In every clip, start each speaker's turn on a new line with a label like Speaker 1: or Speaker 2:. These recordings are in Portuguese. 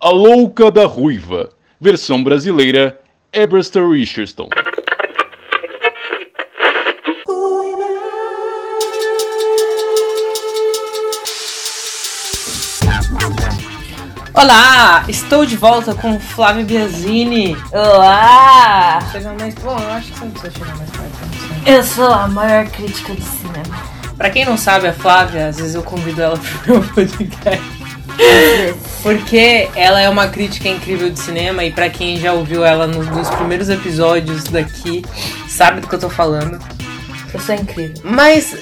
Speaker 1: A Louca da Ruiva, versão brasileira, Eberston Richardson.
Speaker 2: Olá, estou de volta com Flávio Biazini.
Speaker 3: Olá!
Speaker 2: Chega mais. Bom, eu acho que você não precisa chegar mais perto. não sei.
Speaker 3: Eu sou a maior crítica de cinema.
Speaker 2: Pra quem não sabe, a Flávia, às vezes eu convido ela pro meu podcast. Porque ela é uma crítica incrível de cinema e pra quem já ouviu ela no- nos primeiros episódios daqui, sabe do que eu tô falando.
Speaker 3: Eu sou incrível.
Speaker 2: Mas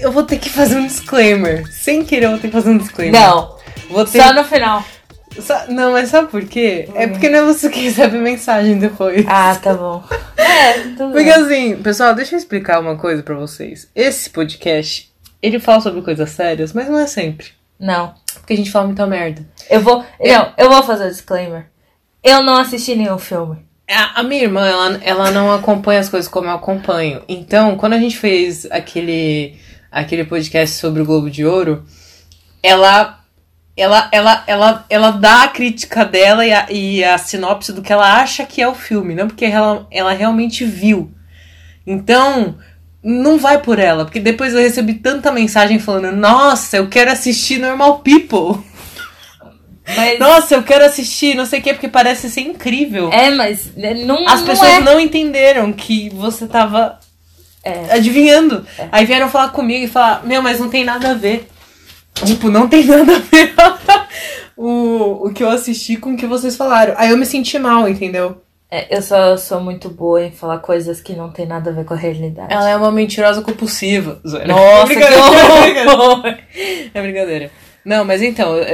Speaker 2: eu vou ter que fazer um disclaimer. Sem querer eu vou ter que fazer um disclaimer.
Speaker 3: Não,
Speaker 2: Vou ter...
Speaker 3: só no final.
Speaker 2: Sa- Não, mas sabe por quê? É porque não é você que recebe mensagem depois.
Speaker 3: Ah, tá bom. É, tudo
Speaker 2: Porque
Speaker 3: bem.
Speaker 2: assim, pessoal, deixa eu explicar uma coisa pra vocês. Esse podcast, ele fala sobre coisas sérias, mas não é sempre.
Speaker 3: Não,
Speaker 2: Porque a gente fala muita merda.
Speaker 3: eu vou. Não, eu vou fazer o disclaimer. Eu não assisti nenhum filme.
Speaker 2: A, a minha irmã, ela, ela não acompanha as coisas como eu acompanho. Então, quando a gente fez aquele, aquele podcast sobre o Globo de Ouro, ela. Ela, ela, ela, ela dá a crítica dela e a, e a sinopse do que ela acha que é o filme, não porque ela, ela realmente viu. Então, não vai por ela, porque depois eu recebi tanta mensagem falando: Nossa, eu quero assistir Normal People.
Speaker 3: Mas.
Speaker 2: Nossa, eu quero assistir, não sei o que, porque parece ser incrível.
Speaker 3: É, mas né, não.
Speaker 2: As
Speaker 3: não
Speaker 2: pessoas
Speaker 3: é.
Speaker 2: não entenderam que você tava
Speaker 3: É.
Speaker 2: adivinhando. Aí vieram falar comigo e falar, meu, mas não tem nada a ver. Tipo, não tem nada a ver o, o que eu assisti com o que vocês falaram. Aí eu me senti mal, entendeu?
Speaker 3: É, eu só sou muito boa em falar coisas que não tem nada a ver com a realidade.
Speaker 2: Ela é uma mentirosa compulsiva. Zoeira. É
Speaker 3: Nossa, que
Speaker 2: Brincadeira, brincadeira.
Speaker 3: horror!
Speaker 2: É brincadeira. Não, mas então, eu,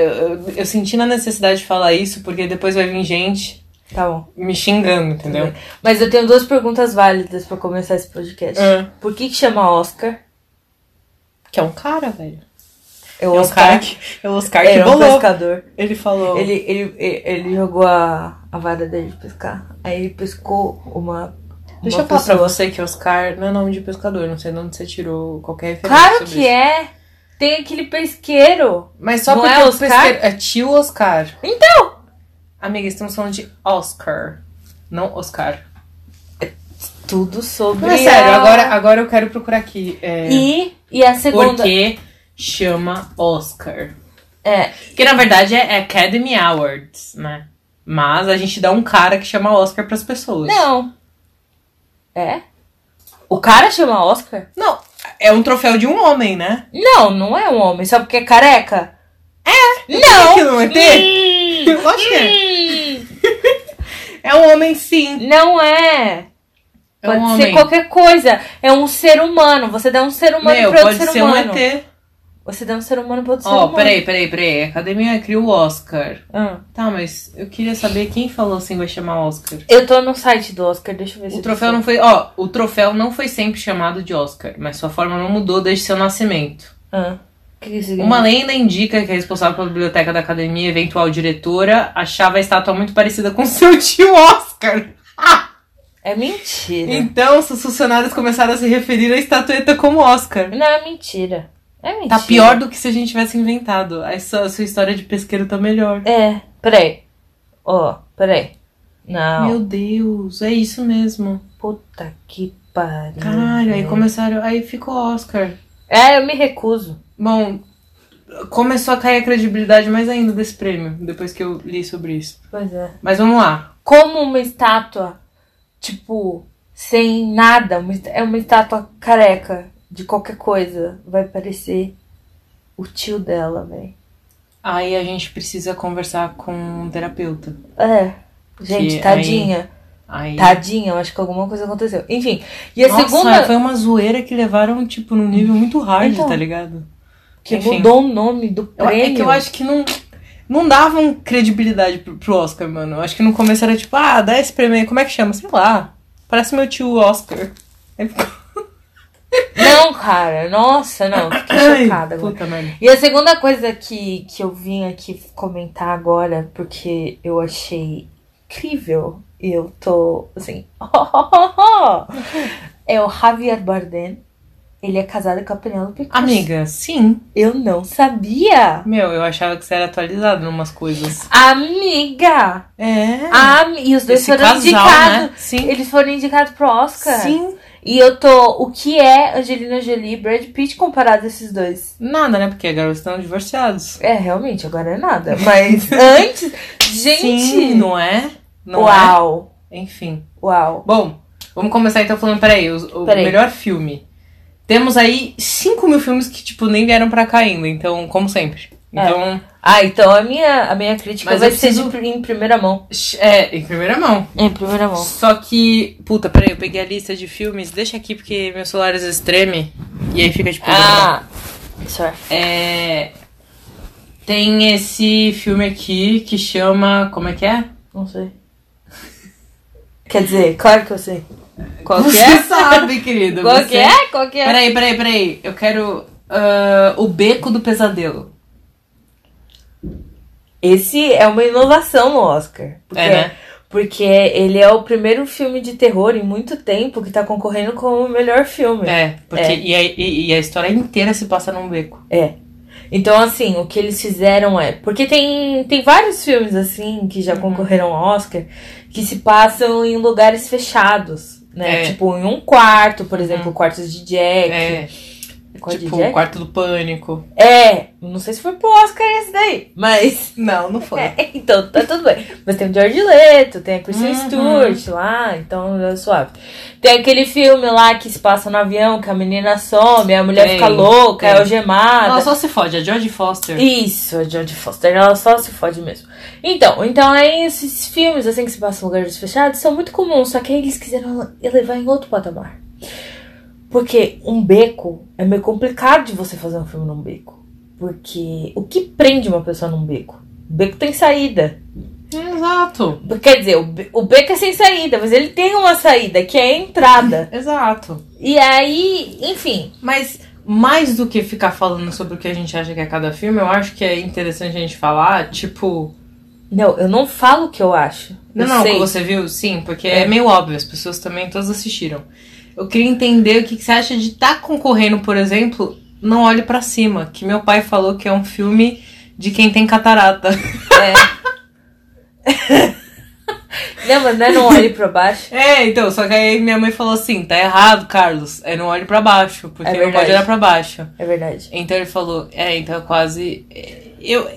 Speaker 2: eu, eu senti na necessidade de falar isso, porque depois vai vir gente
Speaker 3: Tá bom.
Speaker 2: me xingando, entendeu?
Speaker 3: Mas eu tenho duas perguntas válidas pra começar esse podcast.
Speaker 2: É.
Speaker 3: Por que, que chama Oscar?
Speaker 2: Que é um cara, velho.
Speaker 3: É o
Speaker 2: É o cara
Speaker 3: Oscar.
Speaker 2: que, é o Oscar que
Speaker 3: Era um
Speaker 2: bolou.
Speaker 3: pescador.
Speaker 2: Ele falou.
Speaker 3: Ele, ele, ele, ele jogou a, a vara dele de pescar. Aí ele pescou uma.
Speaker 2: Deixa
Speaker 3: uma
Speaker 2: eu falar pra
Speaker 3: pessoa.
Speaker 2: você que Oscar não é nome de pescador, não sei de onde você tirou qualquer referência.
Speaker 3: Claro
Speaker 2: sobre
Speaker 3: que
Speaker 2: isso.
Speaker 3: é! Tem aquele pesqueiro.
Speaker 2: Mas só
Speaker 3: Não
Speaker 2: porque
Speaker 3: é
Speaker 2: o
Speaker 3: Oscar?
Speaker 2: pesqueiro é tio Oscar.
Speaker 3: Então!
Speaker 2: Amiga, estamos falando de Oscar, não Oscar.
Speaker 3: Tudo sobre.
Speaker 2: Mas é sério,
Speaker 3: a-
Speaker 2: agora, agora eu quero procurar aqui. É,
Speaker 3: é E, e a
Speaker 2: por
Speaker 3: segunda.
Speaker 2: que chama Oscar?
Speaker 3: É,
Speaker 2: Que na verdade é Academy Awards, né? Mas a gente dá um cara que chama Oscar pras pessoas.
Speaker 3: não. É? O cara chama Oscar?
Speaker 2: Não, é um troféu de um homem, né?
Speaker 3: Não, não é um homem, só porque é careca? É! Não! Hum.
Speaker 2: Por que não é ter? Eu acho que é. É um homem, sim.
Speaker 3: Não é!
Speaker 2: É
Speaker 3: Pode
Speaker 2: um
Speaker 3: ser
Speaker 2: homem.
Speaker 3: qualquer coisa. É um ser humano. Você dá um ser humano
Speaker 2: Meu,
Speaker 3: pra
Speaker 2: pode
Speaker 3: outro ser,
Speaker 2: ser um
Speaker 3: humano.
Speaker 2: ET.
Speaker 3: Você dá um ser humano pra outro ser
Speaker 2: Ó,
Speaker 3: humano.
Speaker 2: peraí, peraí, peraí. A academia criou o Oscar.
Speaker 3: Ah.
Speaker 2: Tá, mas eu queria saber quem falou assim vai chamar Oscar.
Speaker 3: Eu tô no site do Oscar, deixa eu ver se.
Speaker 2: O
Speaker 3: eu
Speaker 2: troféu
Speaker 3: sei.
Speaker 2: não foi. Ó, o troféu não foi sempre chamado de Oscar, mas sua forma não mudou desde seu nascimento.
Speaker 3: Ah. O que, que significa?
Speaker 2: Uma lenda indica que a responsável pela biblioteca da academia, eventual diretora, achava a estátua muito parecida com seu tio Oscar.
Speaker 3: É mentira.
Speaker 2: Então, os funcionários começaram a se referir à estatueta como Oscar.
Speaker 3: Não, é mentira. É
Speaker 2: Tá
Speaker 3: mentira.
Speaker 2: pior do que se a gente tivesse inventado. A sua, a sua história de pesqueiro tá melhor.
Speaker 3: É, peraí. Ó, peraí. Não.
Speaker 2: Meu Deus, é isso mesmo.
Speaker 3: Puta que pariu.
Speaker 2: Caralho,
Speaker 3: Uhum.
Speaker 2: aí começaram. Aí ficou Oscar.
Speaker 3: É, eu me recuso.
Speaker 2: Bom, começou a cair a credibilidade mais ainda desse prêmio, depois que eu li sobre isso.
Speaker 3: Pois é.
Speaker 2: Mas vamos lá.
Speaker 3: Como uma estátua, tipo, sem nada, uma est- é uma estátua careca de qualquer coisa, vai parecer o tio dela, velho.
Speaker 2: Aí a gente precisa conversar com um terapeuta.
Speaker 3: É. Gente,
Speaker 2: Que
Speaker 3: tadinha.
Speaker 2: Aí.
Speaker 3: Tadinha, eu acho que alguma coisa aconteceu. Enfim, Tá, e a
Speaker 2: Nossa,
Speaker 3: segunda
Speaker 2: foi um uma zoeira que levaram, tipo, num nível muito hard,
Speaker 3: Então.
Speaker 2: tá ligado?
Speaker 3: que
Speaker 2: Enfim.
Speaker 3: mudou o nome do
Speaker 2: Eu-
Speaker 3: prêmio.
Speaker 2: É que eu acho que não. Não davam credibilidade pro, pro Oscar, mano. Eu acho que no começo era tipo, ah, dá esse prêmio aí, como é que chama? Sei lá. Parece meu tio Oscar. Aí ficou.
Speaker 3: Não, cara, nossa, não, fiquei chocada
Speaker 2: Ai,
Speaker 3: agora.
Speaker 2: Puta merda.
Speaker 3: E a segunda coisa que, que eu vim aqui comentar agora, porque eu achei incrível, e eu tô assim, é o Javier Bardem. Ele é casado com a Penélope Cruz.
Speaker 2: Amiga, sim.
Speaker 3: Eu não sabia.
Speaker 2: Meu, eu achava que você era atualizado em umas coisas.
Speaker 3: Amiga!
Speaker 2: É.
Speaker 3: Am- E os dois
Speaker 2: Esse
Speaker 3: foram
Speaker 2: casal,
Speaker 3: indicados.
Speaker 2: né? Sim.
Speaker 3: Eles foram indicados pro Oscar.
Speaker 2: Sim.
Speaker 3: E eu tô. O que é Angelina Jolie e Brad Pitt comparado a esses dois?
Speaker 2: Nada, né? Porque agora eles estão divorciados.
Speaker 3: É, realmente, agora é nada. Mas antes. Gente!
Speaker 2: Sim, não é? Não
Speaker 3: uau!
Speaker 2: é? Enfim.
Speaker 3: Uau!
Speaker 2: Bom, vamos começar então falando, peraí, o, o
Speaker 3: Peraí.
Speaker 2: melhor filme. Temos aí 5 mil filmes que, tipo, nem vieram pra cá ainda, então, como sempre.
Speaker 3: É.
Speaker 2: Então,
Speaker 3: Ah, então a minha, a minha crítica
Speaker 2: Mas
Speaker 3: vai
Speaker 2: eu preciso-
Speaker 3: ser de pr- em primeira mão.
Speaker 2: é, em primeira mão.
Speaker 3: Em primeira mão.
Speaker 2: Só que, puta, peraí, eu peguei a lista de filmes, deixa aqui porque meu celular às vezes treme. E aí fica tipo.
Speaker 3: Ah! Sorry.
Speaker 2: É. Tem esse filme aqui que chama. Como é que é?
Speaker 3: Não sei. Quer dizer, claro que eu sei.
Speaker 2: Qual é?
Speaker 3: Você
Speaker 2: sabe, querido.
Speaker 3: Qual
Speaker 2: você-
Speaker 3: que é? Qual que é?
Speaker 2: Peraí, peraí, peraí. Eu quero. ah, o Beco do Pesadelo.
Speaker 3: Esse é uma inovação no Oscar. Porque,
Speaker 2: É, né?
Speaker 3: porque ele é o primeiro filme de terror em muito tempo que tá concorrendo como o melhor filme.
Speaker 2: É, porque.
Speaker 3: É.
Speaker 2: E, a, e- e a história inteira se passa num beco.
Speaker 3: É. Então, assim, o que eles fizeram é. Porque tem, tem vários filmes, assim, que
Speaker 2: Uhum.
Speaker 3: já concorreram ao Oscar, que se passam em lugares fechados, né?
Speaker 2: É. Uhum.
Speaker 3: Tipo, em um quarto, por exemplo, quartos de Jack.
Speaker 2: É,
Speaker 3: Quarto de
Speaker 2: tipo, o
Speaker 3: Jack?
Speaker 2: quarto do pânico.
Speaker 3: É, não sei se foi pro Oscar esse daí, mas.
Speaker 2: Não, não foi.
Speaker 3: É, então tá tudo bem. Mas tem o George Leto, tem a Kristen
Speaker 2: Uhum.
Speaker 3: Stewart lá, então é suave. Tem aquele filme lá que se passa no avião, que a menina some, a mulher
Speaker 2: Tem,
Speaker 3: fica louca,
Speaker 2: tem.
Speaker 3: é algemada.
Speaker 2: Ela só se fode, a George Foster.
Speaker 3: Isso, a Jodie Foster, ela só se fode mesmo. Então, então aí esses filmes assim que se passam em lugares fechados são muito comuns, só que aí eles quiseram elevar em outro patamar. Porque um beco é meio complicado de você fazer um filme num beco. Porque o que prende uma pessoa num beco? O beco tem saída.
Speaker 2: Exato.
Speaker 3: Quer dizer, o be- o beco é sem saída, mas ele tem uma saída, que é a entrada.
Speaker 2: Exato.
Speaker 3: E aí, enfim.
Speaker 2: Mas mais do que ficar falando sobre o que a gente acha que é cada filme, eu acho que é interessante a gente falar, tipo.
Speaker 3: Não, eu não falo o que eu acho.
Speaker 2: Não,
Speaker 3: eu
Speaker 2: não,
Speaker 3: sei.
Speaker 2: que você viu, sim, porque é.
Speaker 3: É.
Speaker 2: meio óbvio, as pessoas também todas assistiram. Eu queria entender o que, que você acha de estar concorrendo, por exemplo, Não Olhe Pra Cima, que meu pai falou que é um filme de quem tem catarata.
Speaker 3: Não, mas não é não olhe pra baixo.
Speaker 2: É, então, só que aí minha mãe falou assim: tá errado, Carlos, é não olhe pra baixo, porque
Speaker 3: É
Speaker 2: não pode
Speaker 3: verdade.
Speaker 2: olhar pra baixo.
Speaker 3: É verdade.
Speaker 2: Então ele falou, é, então eu quase. eh, Eu,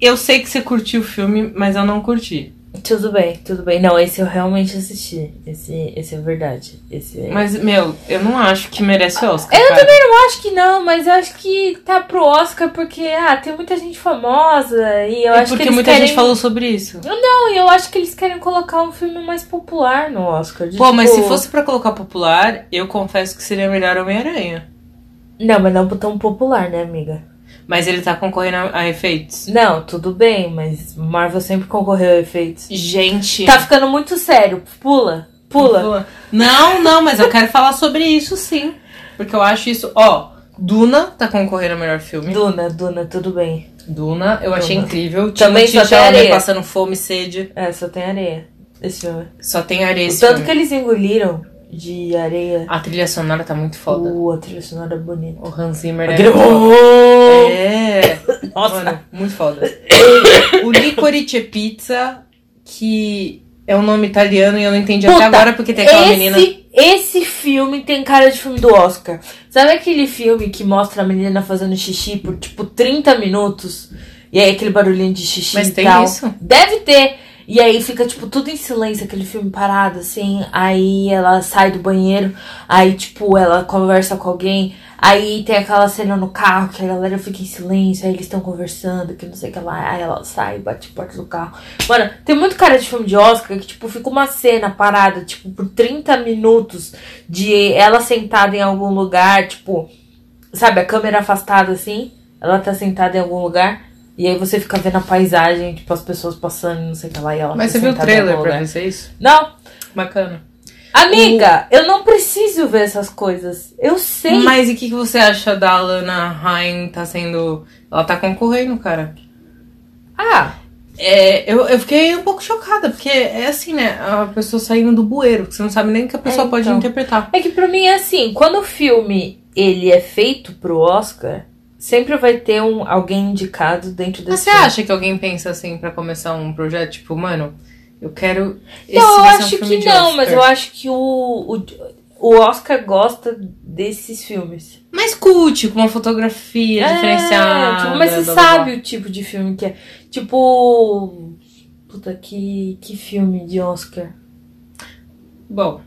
Speaker 2: eu sei que você curtiu o filme, mas eu não curti.
Speaker 3: Tudo bem, tudo bem. Não, esse eu realmente assisti. Esse, esse é verdade. Esse é...
Speaker 2: Mas, meu, eu não acho que merece Oscar.
Speaker 3: Ah, Eu
Speaker 2: cara.
Speaker 3: também não acho que não, mas eu acho que tá pro Oscar porque, ah, tem muita gente famosa e eu
Speaker 2: É
Speaker 3: acho
Speaker 2: porque
Speaker 3: que eles
Speaker 2: muita
Speaker 3: querem...
Speaker 2: gente falou sobre isso.
Speaker 3: Não, e eu acho que eles querem colocar um filme mais popular no Oscar. de
Speaker 2: Pô, mas se
Speaker 3: tipo-
Speaker 2: fosse pra colocar popular, eu confesso que seria melhor Homem-Aranha.
Speaker 3: Não, mas não tão popular, né, amiga?
Speaker 2: Mas ele tá concorrendo a a efeitos.
Speaker 3: Não, tudo bem, mas Marvel sempre concorreu a efeitos.
Speaker 2: Gente.
Speaker 3: Tá ficando muito sério. Pula, pula.
Speaker 2: Não, não, mas eu quero falar sobre isso sim. Porque eu acho isso. Ó, Duna tá concorrendo ao melhor filme.
Speaker 3: Duna, Duna, tudo bem.
Speaker 2: Duna, eu achei
Speaker 3: Duna.
Speaker 2: incrível. Timothée
Speaker 3: Também só tem
Speaker 2: Chalamet
Speaker 3: areia.
Speaker 2: passando fome, sede.
Speaker 3: É, só tem areia. Esse filme.
Speaker 2: Só tem areia
Speaker 3: O
Speaker 2: esse
Speaker 3: tanto
Speaker 2: filme.
Speaker 3: que eles engoliram de areia.
Speaker 2: A trilha sonora tá muito foda.
Speaker 3: Uh, a trilha sonora é bonita.
Speaker 2: O Hans Zimmer
Speaker 3: Aquele-
Speaker 2: é...
Speaker 3: Oh!
Speaker 2: É,
Speaker 3: Nossa.
Speaker 2: mano, muito foda. O Licorice Pizza, que é um nome italiano e eu não entendi até
Speaker 3: Puta,
Speaker 2: agora porque tem aquela menina...
Speaker 3: Esse, esse filme tem cara de filme do Oscar. Sabe aquele filme que mostra a menina fazendo xixi por tipo 30 minutos? E aí aquele barulhinho de xixi
Speaker 2: Mas
Speaker 3: e
Speaker 2: tem
Speaker 3: tal.
Speaker 2: isso?
Speaker 3: Deve ter. E aí fica, tipo, tudo em silêncio, aquele filme parado, assim. Aí ela sai do banheiro, aí, tipo, ela conversa com alguém. Aí tem aquela cena no carro que a galera fica em silêncio, aí eles estão conversando, que não sei o que lá. Aí ela sai, bate a porta do carro. Mano, tem muito cara de filme de Oscar que, tipo, fica uma cena parada, tipo, por 30 minutos de ela sentada em algum lugar, tipo, sabe, a câmera afastada assim, ela tá sentada em algum lugar. E aí você fica vendo a paisagem, tipo, as pessoas passando, não sei o que lá, e ela
Speaker 2: Mas você
Speaker 3: tá
Speaker 2: viu o
Speaker 3: sentada em
Speaker 2: trailer
Speaker 3: algum
Speaker 2: pra
Speaker 3: lugar.
Speaker 2: ver isso?
Speaker 3: Não,
Speaker 2: Bacana.
Speaker 3: amiga, eu não preciso ver essas coisas. Eu sei.
Speaker 2: Mas e o que, que você acha da Alana Haim tá sendo... Ela tá concorrendo, cara.
Speaker 3: Ah,
Speaker 2: É, eu, eu fiquei um pouco chocada, porque é assim, né? A pessoa saindo do bueiro, que você não sabe nem o que a pessoa
Speaker 3: É,
Speaker 2: pode
Speaker 3: então.
Speaker 2: interpretar.
Speaker 3: É que pra mim é assim, quando o filme ele é feito pro Oscar, sempre vai ter um, alguém indicado dentro
Speaker 2: Mas
Speaker 3: desse
Speaker 2: Ah, você
Speaker 3: filme.
Speaker 2: acha que alguém pensa assim pra começar um projeto? Tipo, mano, eu quero. esse
Speaker 3: Não, eu
Speaker 2: vai ser um
Speaker 3: acho
Speaker 2: filme
Speaker 3: que
Speaker 2: de
Speaker 3: não,
Speaker 2: Oscar.
Speaker 3: mas eu acho que o, o, o Oscar gosta desses filmes.
Speaker 2: Mas cult, com uma fotografia diferenciada.
Speaker 3: tipo, É, mas você
Speaker 2: blá, blá, blá.
Speaker 3: sabe o tipo de filme que é. Tipo. Puta, que, que filme de Oscar?
Speaker 2: Bom.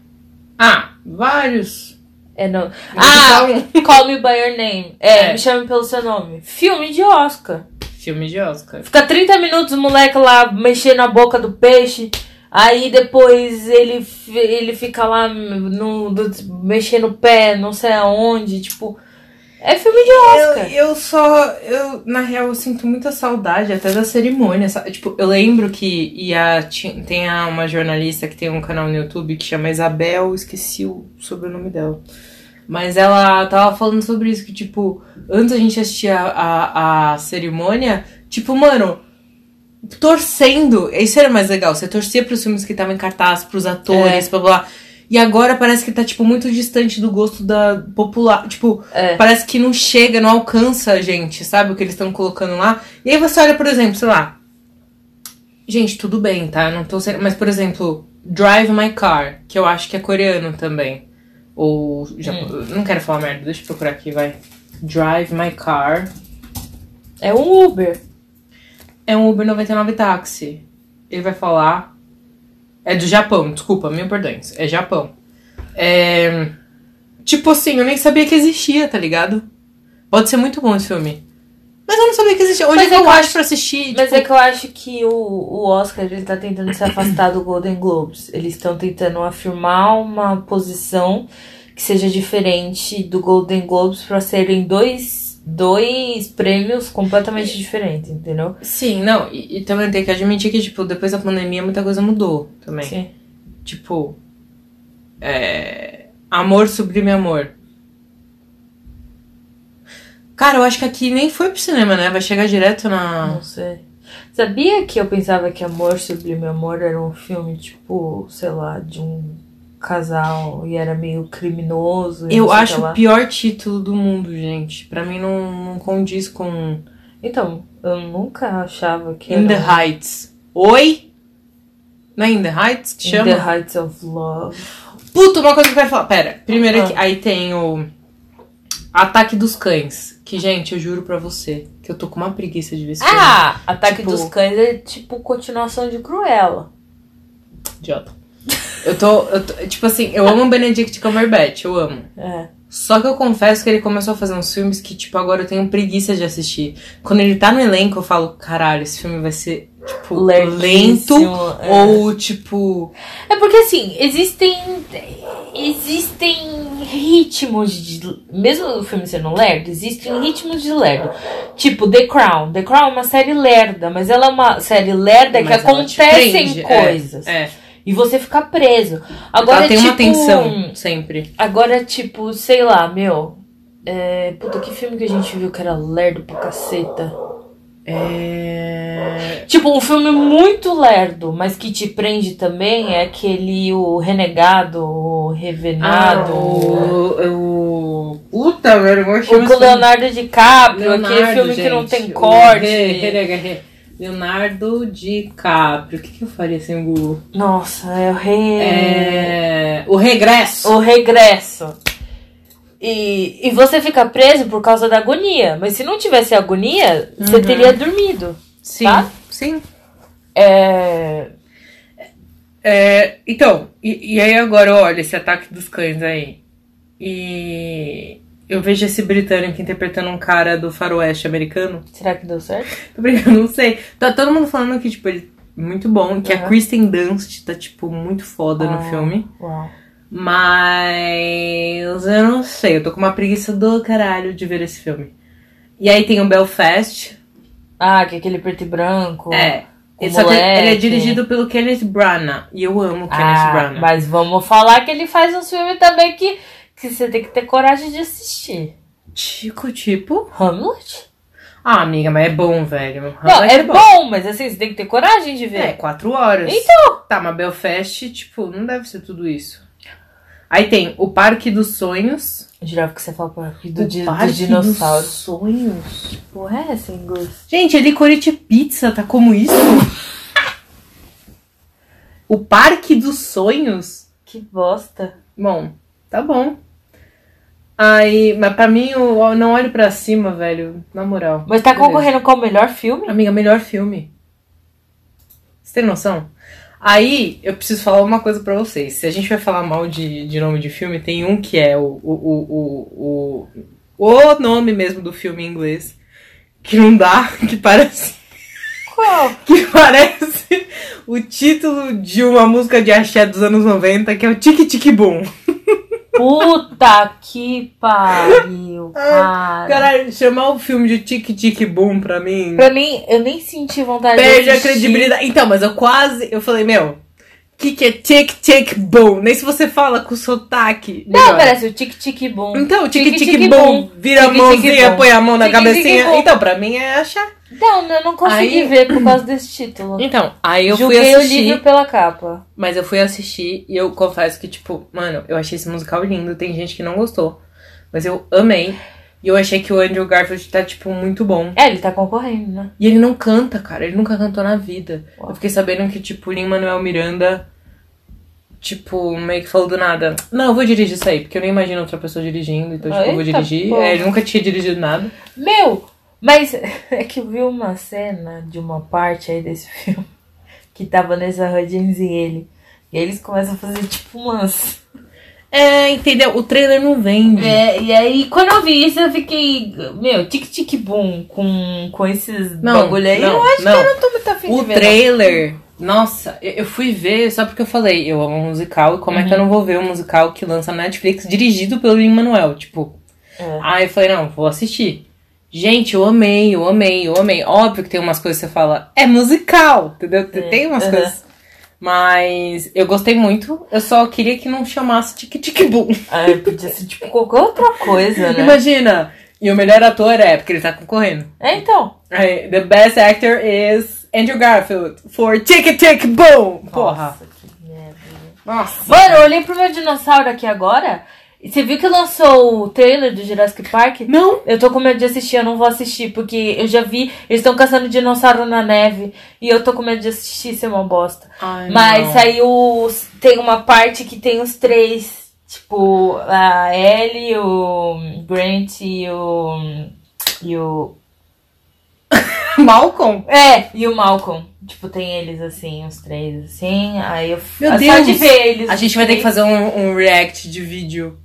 Speaker 2: Ah, vários.
Speaker 3: É, não.
Speaker 2: Ah!
Speaker 3: Ah, Call Me By Your Name. É,
Speaker 2: É.
Speaker 3: Me Chame Pelo Seu Nome. Filme de Oscar.
Speaker 2: Filme de Oscar.
Speaker 3: Fica 30 minutos o moleque lá mexendo a boca do peixe. Aí depois ele, fi- ele fica lá no, do- mexendo o pé, não sei aonde. Tipo, é filme de Oscar.
Speaker 2: Eu, eu só. Eu, na real, eu sinto muita saudade até da cerimônia. sabe? Tipo, eu lembro que ia, ti- tem a- uma jornalista que tem um canal no YouTube que chama Isabel, esqueci o sobrenome dela. Mas ela tava falando sobre isso, que, tipo, antes a gente assistia a, a, a cerimônia, tipo, mano. Torcendo, isso era mais legal. Você torcia pros filmes que estavam em cartaz, pros atores, blá blá. blá. E agora parece que tá, tipo, muito distante do gosto da popular. Tipo, Parece que não chega, não alcança a gente, sabe? O que eles estão colocando lá. E aí você olha, por exemplo, sei lá. Gente, tudo bem, tá? Não tô sendo. Mas, por exemplo, Drive My Car, que eu acho que é coreano também. Ou. Já... Não quero falar merda, deixa eu procurar aqui, vai. Drive My Car.
Speaker 3: É um Uber.
Speaker 2: É um Uber 99 táxi. Ele vai falar. É do Japão, desculpa, mil perdões. É Japão. É. Tipo assim, eu nem sabia que existia, tá ligado? Pode ser muito bom esse filme. Mas eu não sabia que existia. Onde
Speaker 3: Mas
Speaker 2: é que
Speaker 3: é
Speaker 2: eu
Speaker 3: que eu
Speaker 2: acho pra assistir?
Speaker 3: Mas
Speaker 2: Tipo,
Speaker 3: é que eu acho que o, o Oscar ele tá tentando se afastar do Golden Globes. Eles estão tentando afirmar uma posição que seja diferente do Golden Globes pra serem dois, dois prêmios completamente diferentes, entendeu?
Speaker 2: Sim, não. E, e também tem que admitir que, tipo, depois da pandemia muita coisa mudou também.
Speaker 3: Sim.
Speaker 2: Tipo. É. Amor sublime amor. Cara, eu acho que aqui nem foi pro cinema, né? Vai chegar direto na.
Speaker 3: Não sei. Sabia que eu pensava que Amor Sublime Amor era um filme, tipo, sei lá, de um casal e era meio criminoso?
Speaker 2: Eu
Speaker 3: e não sei o que
Speaker 2: acho
Speaker 3: lá.
Speaker 2: o pior título do mundo, gente. Pra mim não, não condiz com
Speaker 3: Então, eu nunca achava que
Speaker 2: In the
Speaker 3: era um-
Speaker 2: Heights. Oi? Não é In the Heights que
Speaker 3: In
Speaker 2: chama?
Speaker 3: the Heights of Love.
Speaker 2: Puta, uma coisa que eu quero falar. Pera, primeiro
Speaker 3: Ah.
Speaker 2: aqui, aí tem o Ataque dos Cães. Que, gente, eu juro pra você que eu tô com uma preguiça de ver esse filme.
Speaker 3: Ah, Ataque
Speaker 2: Tipo-
Speaker 3: dos Cães é tipo continuação de Cruella.
Speaker 2: Idiota. Eu tô, eu tô- Tipo assim, eu amo o Benedict Cumberbatch, eu amo.
Speaker 3: É.
Speaker 2: Só que eu confesso que ele começou a fazer uns filmes que, tipo, agora eu tenho preguiça de assistir. Quando ele tá no elenco, eu falo, caralho, esse filme vai ser, tipo, lento.
Speaker 3: Lentíssimo, É.
Speaker 2: Ou, tipo.
Speaker 3: É porque assim, existem existem ritmos de mesmo o filme sendo lerdo, existem ritmos de lerdo. Tipo The Crown. The Crown é uma série lerda, mas ela é uma série lerda É que
Speaker 2: Mas ela te prende,
Speaker 3: acontecem
Speaker 2: é,
Speaker 3: coisas.
Speaker 2: É.
Speaker 3: E você fica preso. Agora
Speaker 2: Ela tem
Speaker 3: tipo,
Speaker 2: uma tensão sempre.
Speaker 3: Agora, tipo, sei lá, meu. É, puta, que filme que a gente viu que era lerdo pra caceta?
Speaker 2: É.
Speaker 3: Tipo, um filme muito lerdo, mas que te prende também é aquele o Renegado, o
Speaker 2: Ah,
Speaker 3: Revenado. o
Speaker 2: o. o- Puta, velho, eu gosto assim.
Speaker 3: com o Leonardo DiCaprio, aquele
Speaker 2: Leonardo,
Speaker 3: filme que não
Speaker 2: gente.
Speaker 3: tem
Speaker 2: O
Speaker 3: corte.
Speaker 2: Re- Re- Re- Leonardo DiCaprio. O que, que eu faria sem o Google?
Speaker 3: Nossa, é o re...
Speaker 2: É... O Regresso.
Speaker 3: O regresso. E, e você fica preso por causa da agonia. Mas se não tivesse agonia, você
Speaker 2: Uhum.
Speaker 3: teria dormido.
Speaker 2: Sim.
Speaker 3: tá?
Speaker 2: Sim.
Speaker 3: É.
Speaker 2: É, então, e, e aí agora, olha, esse ataque dos cães aí. E eu vejo esse britânico interpretando um cara do faroeste americano.
Speaker 3: Será que deu certo?
Speaker 2: Tô brincando, não sei. Tá todo mundo falando que, tipo, ele é muito bom, que a
Speaker 3: Aham.
Speaker 2: Kristen Dunst tá, tipo, muito foda
Speaker 3: Ah.
Speaker 2: no filme.
Speaker 3: Uau.
Speaker 2: Mas eu não sei, eu tô com uma preguiça do caralho de ver esse filme. E aí tem o Belfast.
Speaker 3: Ah, que aquele preto e branco.
Speaker 2: é.
Speaker 3: o
Speaker 2: Só que ele é
Speaker 3: moleque.
Speaker 2: dirigido pelo Kenneth Branagh. E eu amo o Kenneth
Speaker 3: Ah,
Speaker 2: Branagh.
Speaker 3: mas vamos falar que ele faz uns filmes também que, que você tem que ter coragem de assistir.
Speaker 2: Tico, tipo.
Speaker 3: Hamlet?
Speaker 2: Ah, amiga, mas é bom, velho.
Speaker 3: Não,
Speaker 2: Hamlet
Speaker 3: é bom, mas assim, você tem que ter coragem de
Speaker 2: É,
Speaker 3: ver.
Speaker 2: quatro horas.
Speaker 3: Então.
Speaker 2: Tá, mas Belfast, tipo, não deve ser tudo isso. Aí tem o Parque dos Sonhos.
Speaker 3: Eu jurava que você falou parque do,
Speaker 2: o
Speaker 3: di-
Speaker 2: Parque
Speaker 3: dos dinossauros.
Speaker 2: Dos sonhos.
Speaker 3: Porra, é essa, inglês?
Speaker 2: Gente, é Licorice Pizza, tá como isso? o Parque dos Sonhos?
Speaker 3: Que bosta.
Speaker 2: Bom, tá bom. Aí, mas pra mim, eu não olho pra cima, velho. Na moral.
Speaker 3: Mas tá
Speaker 2: Beleza.
Speaker 3: concorrendo com o melhor filme?
Speaker 2: Amiga, melhor filme. Você tem noção? Aí, eu preciso falar uma coisa pra vocês. Se a gente vai falar mal de, de nome de filme, tem um que é o, o, o, o, o, o nome mesmo do filme em inglês. Que não dá, que parece,
Speaker 3: Qual?
Speaker 2: que parece o título de uma música de axé dos anos 90, que é o Tic Tic Boom.
Speaker 3: Puta que pariu, cara.
Speaker 2: Cara, chamar o filme de Tic Tic Boom pra mim
Speaker 3: Pra mim, eu nem senti vontade de
Speaker 2: perde a
Speaker 3: assistir.
Speaker 2: credibilidade. Então, mas eu quase. Eu falei, meu, que que é tic tic bom? Nem se você fala com sotaque.
Speaker 3: Não,
Speaker 2: melhor.
Speaker 3: parece o tic-tic bom.
Speaker 2: Então, tic tic
Speaker 3: tic-tic
Speaker 2: bom, vira a
Speaker 3: tic-tic
Speaker 2: mãozinha,
Speaker 3: bom.
Speaker 2: põe a mão na
Speaker 3: Tic-tic
Speaker 2: cabecinha.
Speaker 3: bom.
Speaker 2: Então, pra mim é achar.
Speaker 3: Não, Então, eu não consegui
Speaker 2: Aí-
Speaker 3: ver por causa desse título.
Speaker 2: Então, aí
Speaker 3: Julguei o livro pela capa.
Speaker 2: Mas eu fui assistir e eu confesso que, tipo, mano, eu achei esse musical lindo. Tem gente que não gostou. Mas eu amei. E eu achei que o Andrew Garfield tá, tipo, muito bom.
Speaker 3: É, ele tá concorrendo, né?
Speaker 2: E ele não canta, cara. Ele nunca cantou na vida.
Speaker 3: Uau.
Speaker 2: Eu fiquei sabendo que, tipo, Lin-Manuel Miranda, tipo, meio que falou do nada. Não, eu vou dirigir isso aí, porque eu nem imagino outra pessoa dirigindo. Então, tipo, eu vou
Speaker 3: Eita,
Speaker 2: dirigir.
Speaker 3: pô.
Speaker 2: É, ele nunca tinha dirigido nada.
Speaker 3: Meu, mas é que eu vi uma cena de uma parte aí desse filme que tava nessa Hudgens e ele. E aí eles começam a fazer tipo umas.
Speaker 2: É, entendeu? O trailer não vende.
Speaker 3: É, e aí quando eu vi isso, eu fiquei. Meu, tic-tic-boom com, com esses
Speaker 2: Não,
Speaker 3: bagulho aí.
Speaker 2: não,
Speaker 3: eu acho
Speaker 2: não.
Speaker 3: que eu não tô muito afim
Speaker 2: O
Speaker 3: de ver. não.
Speaker 2: trailer. Nossa, eu eu fui ver só porque eu falei, eu amo musical, e como é que eu
Speaker 3: Uhum.
Speaker 2: não vou ver um musical que lança na Netflix dirigido pelo Lin-Manuel? Tipo,
Speaker 3: É.
Speaker 2: Aí eu falei, não, vou assistir. Gente, eu amei, eu amei, eu amei. Óbvio que tem umas coisas que você fala, é musical, entendeu? Tem-
Speaker 3: É,
Speaker 2: Tem umas
Speaker 3: aham.
Speaker 2: coisas. Mas eu gostei muito, eu só queria que não chamasse Tic Tic Boom.
Speaker 3: Ai, podia ser tipo qualquer outra coisa, né?
Speaker 2: Imagina! E o melhor ator é, porque ele tá concorrendo.
Speaker 3: É, então.
Speaker 2: Aí, The best actor is Andrew Garfield for Tic Tic Boom! Porra!
Speaker 3: Nossa, que merda.
Speaker 2: Nossa!
Speaker 3: Mano, eu olhei pro meu dinossauro aqui agora. e Você viu que lançou o trailer do Jurassic Park?
Speaker 2: Não!
Speaker 3: Eu tô com medo de assistir, eu não vou assistir, porque eu já vi, eles estão caçando dinossauro na neve. E eu tô com medo de assistir, isso é uma bosta. Mas
Speaker 2: é
Speaker 3: aí os- tem uma parte que tem os três. Tipo, a Ellie, o Grant e o. E o.
Speaker 2: Malcolm!
Speaker 3: É, e o Malcolm. Tipo, tem eles assim, os três assim. Aí eu
Speaker 2: Meu
Speaker 3: só
Speaker 2: Deus!
Speaker 3: de ver eles.
Speaker 2: A gente vai ter que fazer um, um react de vídeo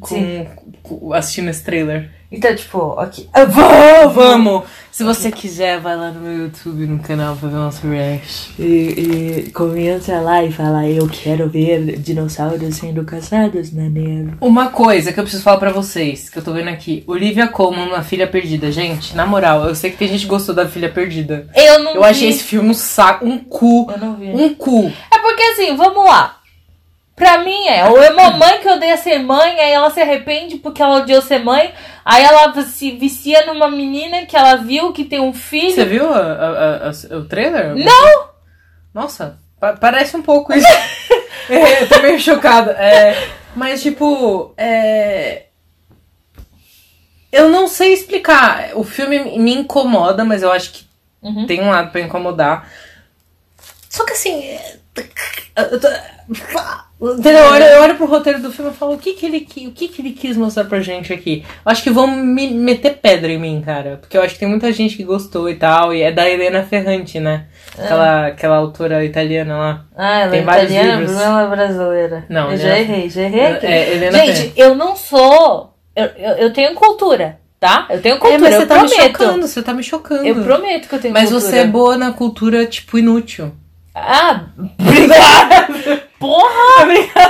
Speaker 2: com,
Speaker 3: Sim.
Speaker 2: com- assistindo esse trailer.
Speaker 3: Então, tipo, ok. Eu vou,
Speaker 2: Vamos! Se você quiser, vai lá no meu YouTube, no canal, pra ver nosso react.
Speaker 4: E, e comenta lá e fala: Eu quero ver dinossauros sendo caçados na neve.
Speaker 2: Uma coisa que eu preciso falar pra vocês, que eu tô vendo aqui. Olivia Colman na Filha Perdida. Gente, na moral, eu sei que tem gente que gostou da Filha Perdida.
Speaker 3: Eu não
Speaker 2: Eu
Speaker 3: vi.
Speaker 2: achei esse filme um saco, um cu.
Speaker 3: Eu não vi.
Speaker 2: Um cu.
Speaker 3: É porque assim, vamos lá. Pra mim é, ou é mamãe que odeia ser mãe, aí ela se arrepende porque ela odiou ser mãe, aí ela se vicia numa menina que ela viu que tem um filho.
Speaker 2: Você viu a- a- a- o trailer?
Speaker 3: Não!
Speaker 2: Nossa, pa- parece um pouco isso. É, eu tô meio chocada. É, mas, tipo, é, eu não sei explicar. O filme me incomoda, mas eu acho que
Speaker 3: Uhum.
Speaker 2: tem um lado pra incomodar. Só que assim. é, eu tô- Entendeu? Eu olho, eu olho pro roteiro do filme e falo, o que que ele, qui- o que que ele quis mostrar pra gente aqui? Eu acho que vão me meter pedra em mim, cara. Porque eu acho que tem muita gente que gostou e tal. E é da Helena Ferrante, né?
Speaker 3: É.
Speaker 2: Aquela, aquela autora italiana lá.
Speaker 3: Ah, ela
Speaker 2: Tem
Speaker 3: é
Speaker 2: vários
Speaker 3: italiana,
Speaker 2: livros.
Speaker 3: Bruno, ela é brasileira.
Speaker 2: Não,
Speaker 3: eu
Speaker 2: ele
Speaker 3: já
Speaker 2: é-
Speaker 3: errei, já errei aqui.
Speaker 2: É, Helena Ferrante.
Speaker 3: Gente, eu não sou. Eu, eu, eu tenho cultura, tá? Eu tenho
Speaker 2: É,
Speaker 3: cultura,
Speaker 2: mas você
Speaker 3: eu
Speaker 2: tá me
Speaker 3: prometo.
Speaker 2: chocando, você tá me chocando.
Speaker 3: Eu prometo que eu tenho
Speaker 2: mas
Speaker 3: cultura.
Speaker 2: você é boa na cultura, tipo, inútil.
Speaker 3: Ah, obrigada! Porra!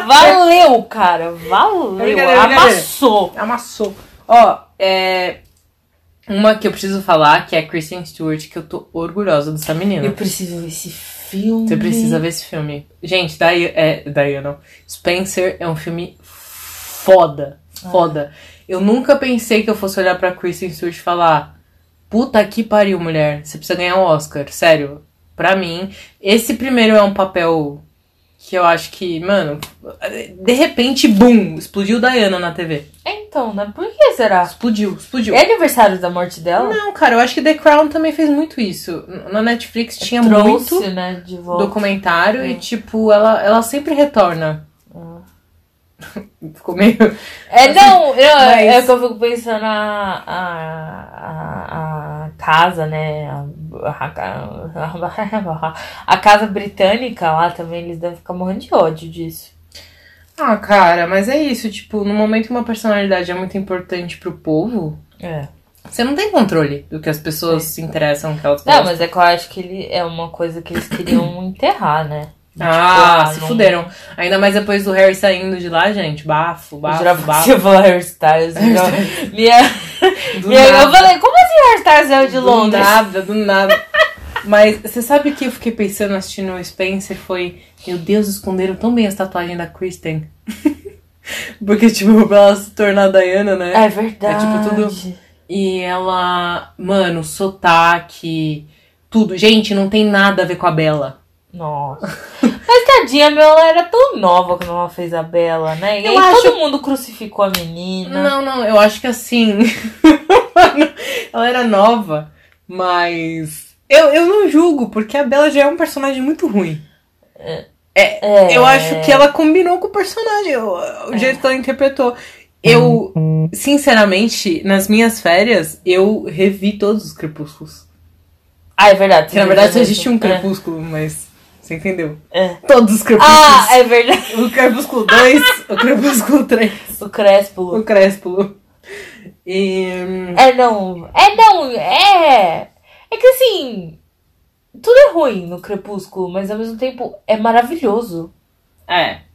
Speaker 3: Valeu, cara!
Speaker 2: É
Speaker 3: Valeu!
Speaker 2: brincadeira, é brincadeira.
Speaker 3: Amassou!
Speaker 2: Amassou. Ó, é. Uma que eu preciso falar, que é a Kristen Stewart, que eu tô orgulhosa dessa menina.
Speaker 3: Eu preciso ver esse filme.
Speaker 2: Você precisa ver esse filme. Gente, Dai é, Diana, não. Spencer é um filme
Speaker 3: Ah.
Speaker 2: foda. Foda. Eu nunca pensei que eu fosse olhar pra Kristen Stewart e falar: Puta que pariu, mulher. Você precisa ganhar um Oscar. Sério. Pra mim, esse primeiro é um papel que eu acho que, mano, de repente, bum, explodiu Diana na TV.
Speaker 3: Então, né? Por que será?
Speaker 2: Explodiu, explodiu.
Speaker 3: É aniversário da morte dela?
Speaker 2: Não, cara, eu acho que The Crown também fez muito isso. Na Netflix tinha
Speaker 3: É Trouxe,
Speaker 2: é muito
Speaker 3: né? De volta.
Speaker 2: documentário e,
Speaker 3: Hum.
Speaker 2: tipo, ela, ela sempre retorna. Ficou meio.
Speaker 3: É, não, eu,
Speaker 2: Assim, Mas-
Speaker 3: é que eu fico pensando a, a, a, a casa, né? A, a- a casa britânica lá também, eles devem ficar morrendo de ódio disso.
Speaker 2: Ah, cara, mas é isso. Tipo, no momento que uma personalidade é muito importante pro povo,
Speaker 3: É.
Speaker 2: você não tem controle do que as pessoas se interessam, que elas
Speaker 3: Não,
Speaker 2: gostam.
Speaker 3: É. mas é que eu acho que ele é uma coisa que eles queriam enterrar, né?
Speaker 2: Ah,
Speaker 3: Tipo,
Speaker 2: se
Speaker 3: não-
Speaker 2: fuderam. Ainda mais depois do Harry saindo de lá, gente. Bafo, bafo,
Speaker 3: Jurava que
Speaker 2: bafo.
Speaker 3: você ia falar hairstyles. Minha,
Speaker 2: Do
Speaker 3: minha, eu
Speaker 2: nada.
Speaker 3: falei, como assim hairstyles é o de Londres?
Speaker 2: Do nada, do nada. Mas você sabe o que eu fiquei pensando assistindo o Spencer? Foi, meu Deus, esconderam tão bem as tatuagens da Kristen. Porque, tipo, pra ela se tornar a Diana, né?
Speaker 3: É verdade.
Speaker 2: É tipo tudo- E ela, mano, sotaque, tudo. Gente, não tem nada a ver com a Bela.
Speaker 3: Nossa. Mas tadinha, meu, ela era tão nova quando ela fez a Bela, né? E
Speaker 2: Eu
Speaker 3: aí
Speaker 2: acho-
Speaker 3: todo mundo crucificou a menina.
Speaker 2: Não, não, eu acho que assim. ela era nova, mas. Eu, eu não julgo, porque a Bela já é um personagem muito ruim.
Speaker 3: É,
Speaker 2: Eu acho que ela combinou com o personagem, o, o jeito que ela interpretou. Eu, sinceramente, nas minhas férias, eu revi todos os crepúsculos.
Speaker 3: Ah, é verdade.
Speaker 2: Que na verdade só existe um
Speaker 3: crepúsculo.
Speaker 2: crepúsculo, mas. Você entendeu?
Speaker 3: né? É.
Speaker 2: Todos os crepúsculos.
Speaker 3: Ah, é verdade.
Speaker 2: O crepúsculo 2, o crepúsculo 3,
Speaker 3: O Crespo.
Speaker 2: o crépúsculo. E.
Speaker 3: É, não. É, não. É. É que assim. Tudo é ruim no Crepúsculo, mas ao mesmo tempo é maravilhoso.
Speaker 2: É.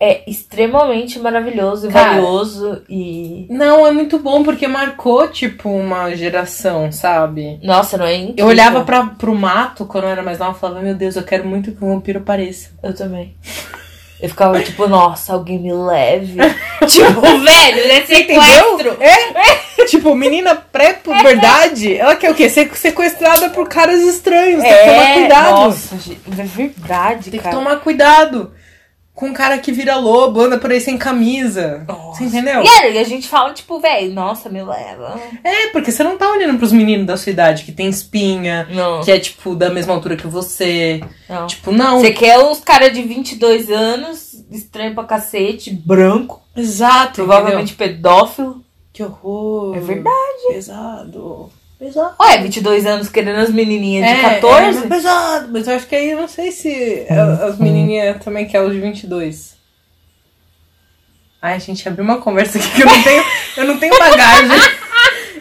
Speaker 3: É extremamente maravilhoso e
Speaker 2: Cara.
Speaker 3: valioso e.
Speaker 2: Não, é muito bom porque marcou, tipo, uma geração, sabe?
Speaker 3: Nossa, não é incrível?
Speaker 2: Eu olhava pra, pro mato quando eu era mais nova e falava, meu Deus, eu quero muito que um vampiro apareça.
Speaker 3: Eu também. Eu ficava tipo, nossa, alguém me leve. tipo, velho, né? Sequestro.
Speaker 2: É? tipo, menina pré-puberdade, ela quer o quê? Ser sequestrada por caras estranhos. É, Tem que tomar cuidado.
Speaker 3: É, Nossa, gente, é verdade,
Speaker 2: Tem que
Speaker 3: cara.
Speaker 2: tomar cuidado com um cara que vira lobo, anda por aí sem camisa.
Speaker 3: Nossa.
Speaker 2: Você entendeu?
Speaker 3: E aí, a gente fala, tipo, velho, nossa, me leva.
Speaker 2: É, porque você não tá olhando pros meninos da sua idade que tem espinha,
Speaker 3: Não,
Speaker 2: que é, tipo, da mesma altura que você.
Speaker 3: não.
Speaker 2: Tipo, não.
Speaker 3: Você quer uns caras de 22 anos, estranho pra cacete, branco,
Speaker 2: Exato.
Speaker 3: provavelmente pedófilo.
Speaker 2: entendeu? Hum. Que horror.
Speaker 3: É verdade.
Speaker 2: Pesado. Pesado.
Speaker 3: Ué, 22 anos querendo as menininhas de
Speaker 2: É,
Speaker 3: 14?
Speaker 2: mas pesado. Mas eu acho que aí eu não sei se
Speaker 3: Uhum.
Speaker 2: a- as menininhas também querem os de 22. Ai, gente, abriu uma conversa aqui que eu não tenho, eu não tenho bagagem.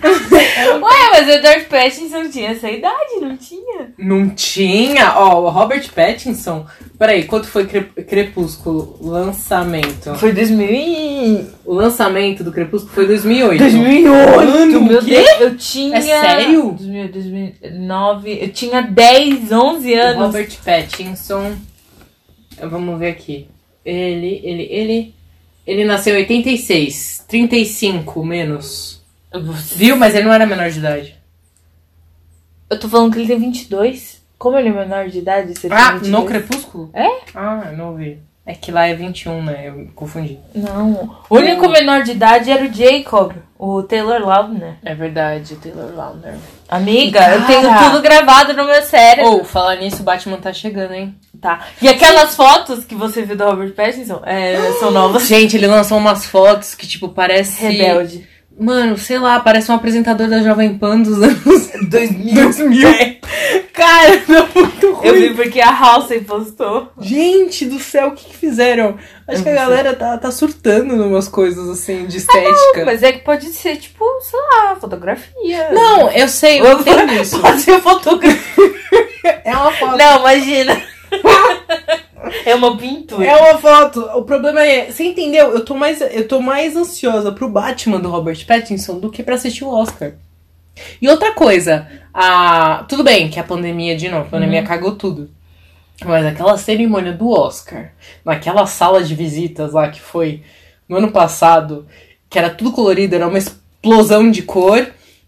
Speaker 3: Ué, mas o Edward Pattinson tinha essa idade, não tinha?
Speaker 2: Não tinha. Ó, o Robert Pattinson. Peraí, quanto foi Cre- Crepúsculo? Lançamento.
Speaker 3: Foi 2000 e...
Speaker 2: O lançamento do Crepúsculo foi em 2008.
Speaker 3: 2008,
Speaker 2: Mano,
Speaker 3: meu
Speaker 2: o quê?
Speaker 3: Deus, eu tinha...
Speaker 2: É sério?
Speaker 3: 2000, 2009, eu tinha 10, 11
Speaker 2: O
Speaker 3: anos.
Speaker 2: Robert Pattinson. Vamos ver aqui. Ele, ele, ele. Ele nasceu em 86. 35 menos. Viu? Mas ele não era menor de idade.
Speaker 3: Eu tô falando que ele tem 22. Como ele é menor de idade, você
Speaker 2: Ah,
Speaker 3: tem
Speaker 2: no
Speaker 3: 22?
Speaker 2: Crepúsculo?
Speaker 3: É?
Speaker 2: Ah, eu não vi. É que lá é 21, né? Eu confundi.
Speaker 3: Não. O único menor de idade era o Jacob, o Taylor Lautner.
Speaker 2: É verdade, Taylor Lautner.
Speaker 3: Amiga,
Speaker 2: E
Speaker 3: eu tenho
Speaker 2: cara-
Speaker 3: tudo gravado no meu cérebro.
Speaker 2: Ou, falar nisso, o Batman tá chegando, hein?
Speaker 3: Tá. E aquelas fotos que você viu do Robert Pattinson é, são novas.
Speaker 2: Gente, ele lançou umas fotos que, tipo, parece.
Speaker 3: Rebelde.
Speaker 2: Mano, sei lá, parece um apresentador da Jovem Pan dos anos
Speaker 3: 2000.
Speaker 2: 2000. Cara, não, muito ruim.
Speaker 3: É. Eu vi porque a Halsey postou.
Speaker 2: Gente do céu, o que, que fizeram? Acho que a
Speaker 3: não sei.
Speaker 2: galera tá, tá surtando numas coisas assim de estética.
Speaker 3: Mas é que pode ser, tipo, sei lá, fotografia.
Speaker 2: Não, eu sei, eu entendo isso.
Speaker 3: Pode ser fotografia.
Speaker 2: É uma foto.
Speaker 3: Não, imagina. é uma pintura.
Speaker 2: É uma foto. O problema é, você entendeu? Eu tô mais eu tô mais ansiosa pro Batman do Robert Pattinson do que pra assistir o Oscar. E outra coisa, a tudo bem que a pandemia de novo, a pandemia cagou tudo. Mas aquela cerimônia do Oscar, naquela sala de visitas lá que foi no ano passado, que era tudo colorido, era uma explosão de cor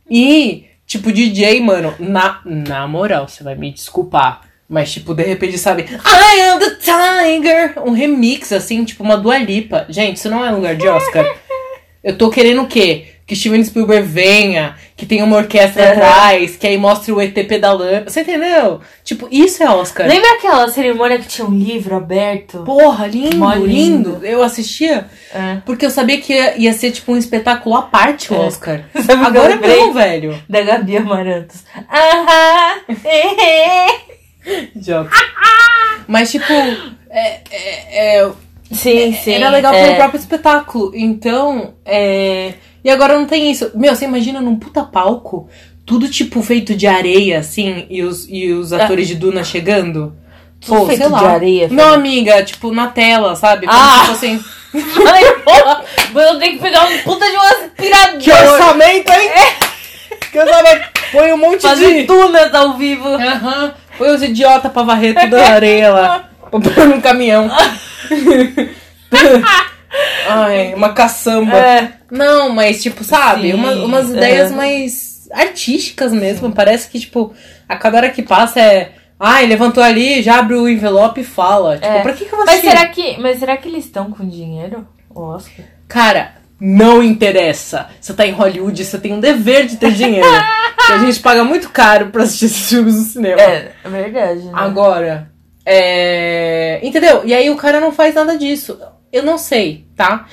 Speaker 2: e Tipo, DJ, mano, na, na moral, você vai me desculpar. Mas, tipo, de repente, sabe? I am the Tiger! Um remix, assim, tipo, uma Dua Lipa. Gente, isso não é lugar de Oscar. Eu tô querendo o quê? Que Steven Spielberg venha, que tenha uma orquestra atrás, que aí mostre o ET pedalando. Você entendeu? Tipo, isso é Oscar.
Speaker 3: Lembra aquela cerimônia que tinha um livro aberto?
Speaker 2: Porra, lindo,
Speaker 3: Mó
Speaker 2: lindo,
Speaker 3: lindo.
Speaker 2: Eu assistia
Speaker 3: É.
Speaker 2: porque eu sabia que ia, ia ser, tipo, um espetáculo à parte, o
Speaker 3: É.
Speaker 2: Oscar.
Speaker 3: Sabe o que eu
Speaker 2: Agora
Speaker 3: lembrei?
Speaker 2: não, velho.
Speaker 3: Da Gabi Amarantos. Aham!
Speaker 2: Idiota. Mas, tipo, é- é- é,
Speaker 3: sim, sim.
Speaker 2: era legal
Speaker 3: é.
Speaker 2: pelo próprio espetáculo. Então, é... E agora não tem isso. Meu, você imagina num puta palco, tudo, tipo, feito de areia, assim, e os, e os atores de Duna chegando?
Speaker 3: Tudo feito
Speaker 2: sei lá.
Speaker 3: de areia,
Speaker 2: Não, amiga, tipo, na tela, sabe? Como
Speaker 3: Ah!
Speaker 2: se assim. fossem...
Speaker 3: Ai, porra! Mas eu tenho que pegar um puta de um aspirador.
Speaker 2: Que orçamento, hein? Que orçamento. Põe um monte
Speaker 3: Fazer
Speaker 2: de.
Speaker 3: tunas ao vivo.
Speaker 2: Aham. Põe os idiota pra varrer toda a areia lá. Pra pôr num caminhão. Ai, uma caçamba.
Speaker 3: É.
Speaker 2: Não, mas tipo, sabe?
Speaker 3: Sim,
Speaker 2: uma- umas
Speaker 3: é.
Speaker 2: ideias mais artísticas mesmo. Parece que, tipo, a cada hora que passa é. Ai, levantou ali, já abre o envelope e fala. Tipo,
Speaker 3: É.
Speaker 2: pra que, que eu vou
Speaker 3: Mas
Speaker 2: assistir?
Speaker 3: será que, mas será que eles estão com dinheiro? O Oscar?
Speaker 2: Cara, não interessa. Você tá em Hollywood, você tem um dever de ter dinheiro. que a gente paga muito caro pra assistir esses filmes no cinema.
Speaker 3: É, é verdade. Né?
Speaker 2: Agora, é... Entendeu? E aí o cara não faz nada disso. Eu não sei, tá?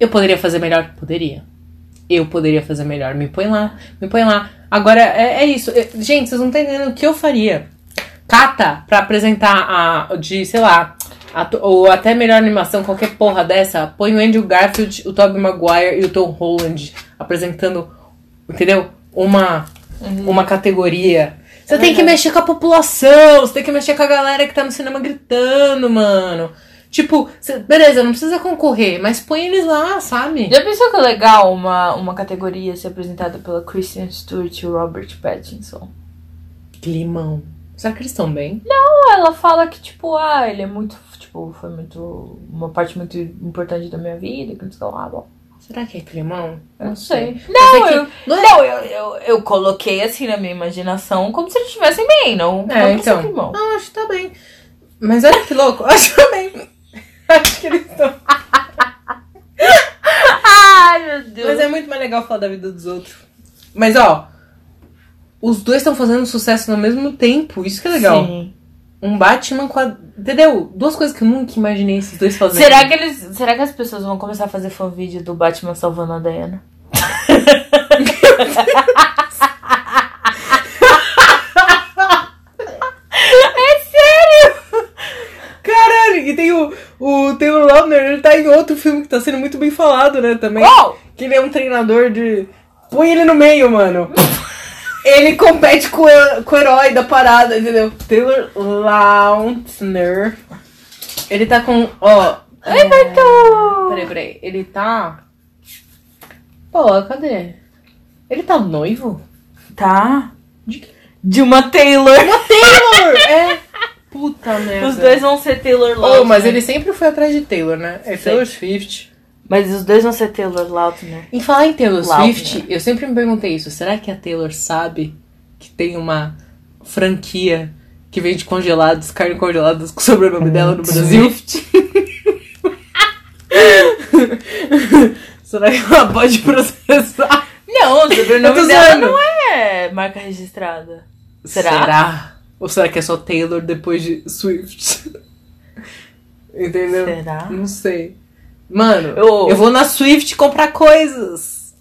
Speaker 2: Eu poderia fazer melhor? Poderia. Eu poderia fazer melhor. Me põe lá, me põe lá. Agora, é, é isso. Eu- gente, vocês não estão entendendo o que eu faria. Cata pra apresentar a. de, sei lá. atu- ou até melhor animação, qualquer porra dessa. Põe o Andrew Garfield, o Tobey Maguire e o Tom Holland apresentando. Entendeu? Uma.
Speaker 3: Uhum.
Speaker 2: Uma categoria. Você tem que
Speaker 3: verdade.
Speaker 2: mexer com a população, você tem que mexer com a galera que tá no cinema gritando, mano. Tipo, cê- beleza, não precisa concorrer, mas põe eles lá, sabe?
Speaker 3: Já pensou que é legal uma, uma categoria ser apresentada pela Kristen Stewart e o Robert Pattinson?
Speaker 2: Climão. Será que eles estão bem?
Speaker 3: Pô, ela fala que, tipo, ah, ele é muito, tipo, foi muito, uma parte muito importante da minha vida, que não sei lá, blá.
Speaker 2: Será que é climão?
Speaker 3: Eu não sei.
Speaker 2: Não,
Speaker 3: Não,
Speaker 2: que...
Speaker 3: eu,
Speaker 2: não é-
Speaker 3: não eu, eu, eu coloquei assim na minha imaginação como se eles estivessem bem, não.
Speaker 2: É,
Speaker 3: não precisa
Speaker 2: então.
Speaker 3: de irmão.
Speaker 2: Não, acho que tá bem. Mas olha que louco, acho que tá bem. Acho que eles estão.
Speaker 3: Ai, meu Deus.
Speaker 2: Mas é muito mais legal falar da vida dos outros. Mas ó, os dois estão fazendo sucesso no mesmo tempo, isso que é legal.
Speaker 3: Sim.
Speaker 2: Um Batman com a. Entendeu? Duas coisas que eu nunca imaginei esses dois fazendo.
Speaker 3: Será que eles. Será que as pessoas vão começar a fazer fan vídeo do Batman salvando a Diana? É
Speaker 2: Caralho, e tem o, o Taylor Lautner, ele tá em outro filme que tá sendo muito bem falado, né, também.
Speaker 3: Uau!
Speaker 2: Que ele é um treinador de... Põe ele no meio, mano. ele compete com, o- com o herói da parada, entendeu? Taylor Lautner. Ele tá com... Ó... Ai, Peraí, peraí. Ele tá... Pô, cadê? Ele tá noivo?
Speaker 3: Tá. De uma Taylor.
Speaker 2: Taylor! é! Puta merda.
Speaker 3: Os dois vão ser Taylor Lautner.
Speaker 2: Oh, mas ele sempre foi atrás de Taylor, né? É
Speaker 3: Sei.
Speaker 2: Taylor Swift.
Speaker 3: Mas os dois vão ser Taylor Lautner.
Speaker 2: Em falar em Taylor
Speaker 3: Lautner.
Speaker 2: Swift, eu sempre me perguntei isso. Será que a Taylor sabe que tem uma franquia que vende congelados, carne congeladas com o sobrenome dela no Brasil? Será que ela pode processar?
Speaker 3: Não, o sobrenome
Speaker 2: Eu tô
Speaker 3: dela
Speaker 2: zoando.
Speaker 3: não é marca registrada. Será?
Speaker 2: Ou será que é só Taylor depois de Swift? Entendeu?
Speaker 3: Será?
Speaker 2: Não sei. Mano,
Speaker 3: Eu-
Speaker 2: eu vou na Swift comprar coisas.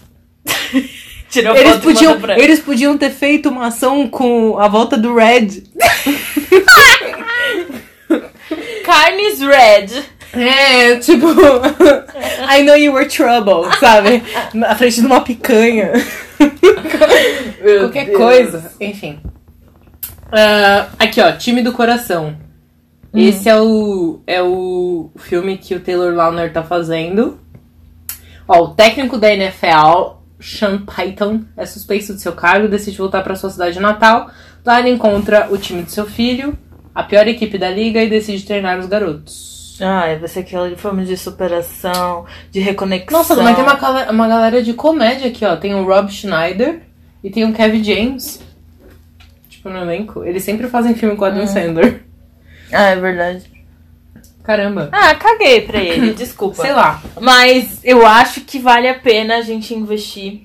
Speaker 3: Tirou
Speaker 2: Eles
Speaker 3: foto e mandou
Speaker 2: podiam,
Speaker 3: pra ela.
Speaker 2: eles podiam ter feito uma ação com a volta do Red.
Speaker 3: Carnes Red.
Speaker 2: É, tipo. I know you were trouble, sabe? Na frente de uma picanha. Qualquer coisa. Enfim. Ah, aqui, ó, Time do Coração. Esse é o, é o filme que o Taylor Lautner tá fazendo. Ó, o técnico da NFL, Sean Payton, é suspenso de seu cargo e decide voltar para sua cidade natal. Lá ele encontra o time do seu filho, a pior equipe da liga, e decide treinar os garotos.
Speaker 3: Ai, vai ser aquele filme é um de superação, de reconexão.
Speaker 2: Nossa, mas tem uma, cala- uma galera de comédia aqui, ó. Tem o Rob Schneider, E tem o Kevin James, tipo, no elenco. Eles sempre fazem filme com o
Speaker 3: Hum.
Speaker 2: Adam Sandler.
Speaker 3: Ah, é verdade.
Speaker 2: Caramba.
Speaker 3: Ah, caguei pra ele, desculpa.
Speaker 2: Sei lá.
Speaker 3: Mas eu acho que vale a pena a gente investir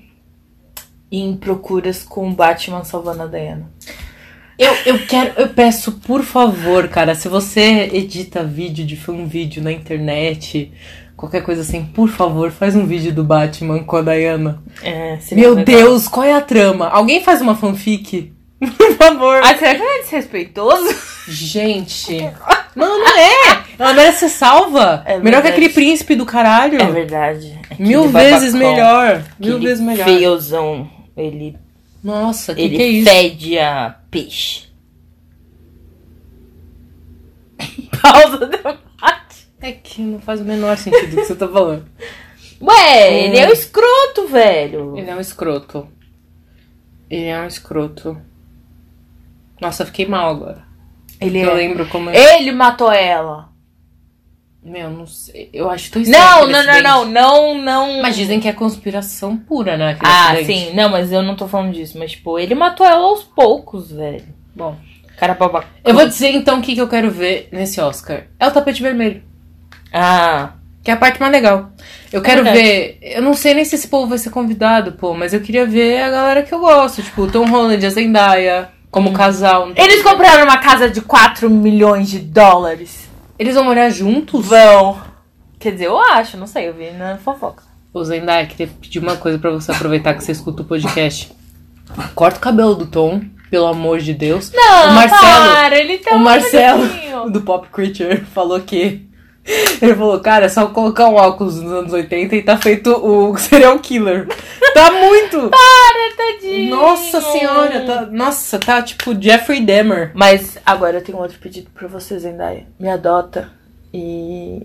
Speaker 3: em procuras com o Batman salvando a Diana.
Speaker 2: Eu, eu quero, eu peço, por favor, cara, se você edita vídeo de um vídeo na internet, qualquer coisa assim, por favor, faz um vídeo do Batman com a Diana.
Speaker 3: É,
Speaker 2: Meu Deus, qual é a trama? Alguém faz uma fanfic? Por favor.
Speaker 3: Ah, será que não é desrespeitoso?
Speaker 2: Gente. Não, não é. Ela merece ser salva.
Speaker 3: É
Speaker 2: melhor que
Speaker 3: verdade.
Speaker 2: aquele príncipe do caralho.
Speaker 3: É verdade. Aquele
Speaker 2: Mil vezes
Speaker 3: babacão,
Speaker 2: melhor. Mil
Speaker 3: aquele
Speaker 2: vezes melhor.
Speaker 3: Feiozão. Ele,
Speaker 2: Nossa, que
Speaker 3: ele
Speaker 2: que é isso?
Speaker 3: fede a peixe. Pausa dramática.
Speaker 2: É que não faz o menor sentido o que você tá falando.
Speaker 3: Ué,
Speaker 2: É.
Speaker 3: ele é um escroto, velho.
Speaker 2: Ele é um escroto. Ele é um escroto. Nossa, fiquei mal agora.
Speaker 3: Ele,
Speaker 2: Eu
Speaker 3: é...
Speaker 2: lembro como. Eu...
Speaker 3: ele matou ela.
Speaker 2: Meu, não sei. Eu acho tão estranho
Speaker 3: Não,
Speaker 2: aquele
Speaker 3: não, não,
Speaker 2: acidente.
Speaker 3: não, não, não.
Speaker 2: Mas dizem que é conspiração pura, né? aquele
Speaker 3: Ah,
Speaker 2: acidente.
Speaker 3: sim. Não, mas eu não tô falando disso. Mas, tipo, ele matou ela aos poucos, velho.
Speaker 2: Bom.
Speaker 3: Cara babaca.
Speaker 2: Eu vou dizer então o que, que eu quero ver nesse Oscar. É o tapete vermelho.
Speaker 3: Ah,
Speaker 2: Que é a parte mais legal. Eu quero
Speaker 3: É verdade.
Speaker 2: ver. Eu não sei nem se esse povo vai ser convidado, pô, mas eu queria ver a galera que eu gosto. Tipo, o Tom Holland, a Zendaya, como
Speaker 3: Hum.
Speaker 2: casal.
Speaker 3: eles compraram uma casa de 4 milhões de dólares.
Speaker 2: Eles vão morar juntos?
Speaker 3: Vão. Quer dizer, eu acho, não sei, eu vi na fofoca.
Speaker 2: Ô, Zendaya, queria pedir uma coisa pra você aproveitar que você escuta o podcast. Corta o cabelo do Tom, pelo amor de Deus.
Speaker 3: Não,
Speaker 2: o Marcelo.
Speaker 3: para, ele tá
Speaker 2: o Marcelo
Speaker 3: bonitinho.
Speaker 2: do Pop Creature falou que. Ele falou, cara, é só colocar um óculos dos anos 80 e tá feito o serial killer. Tá muito!
Speaker 3: Tadinho.
Speaker 2: Nossa senhora, tá, nossa, tá tipo Jeffrey Dahmer.
Speaker 3: Mas agora eu tenho outro pedido pra você, Zendaya. Me adota e...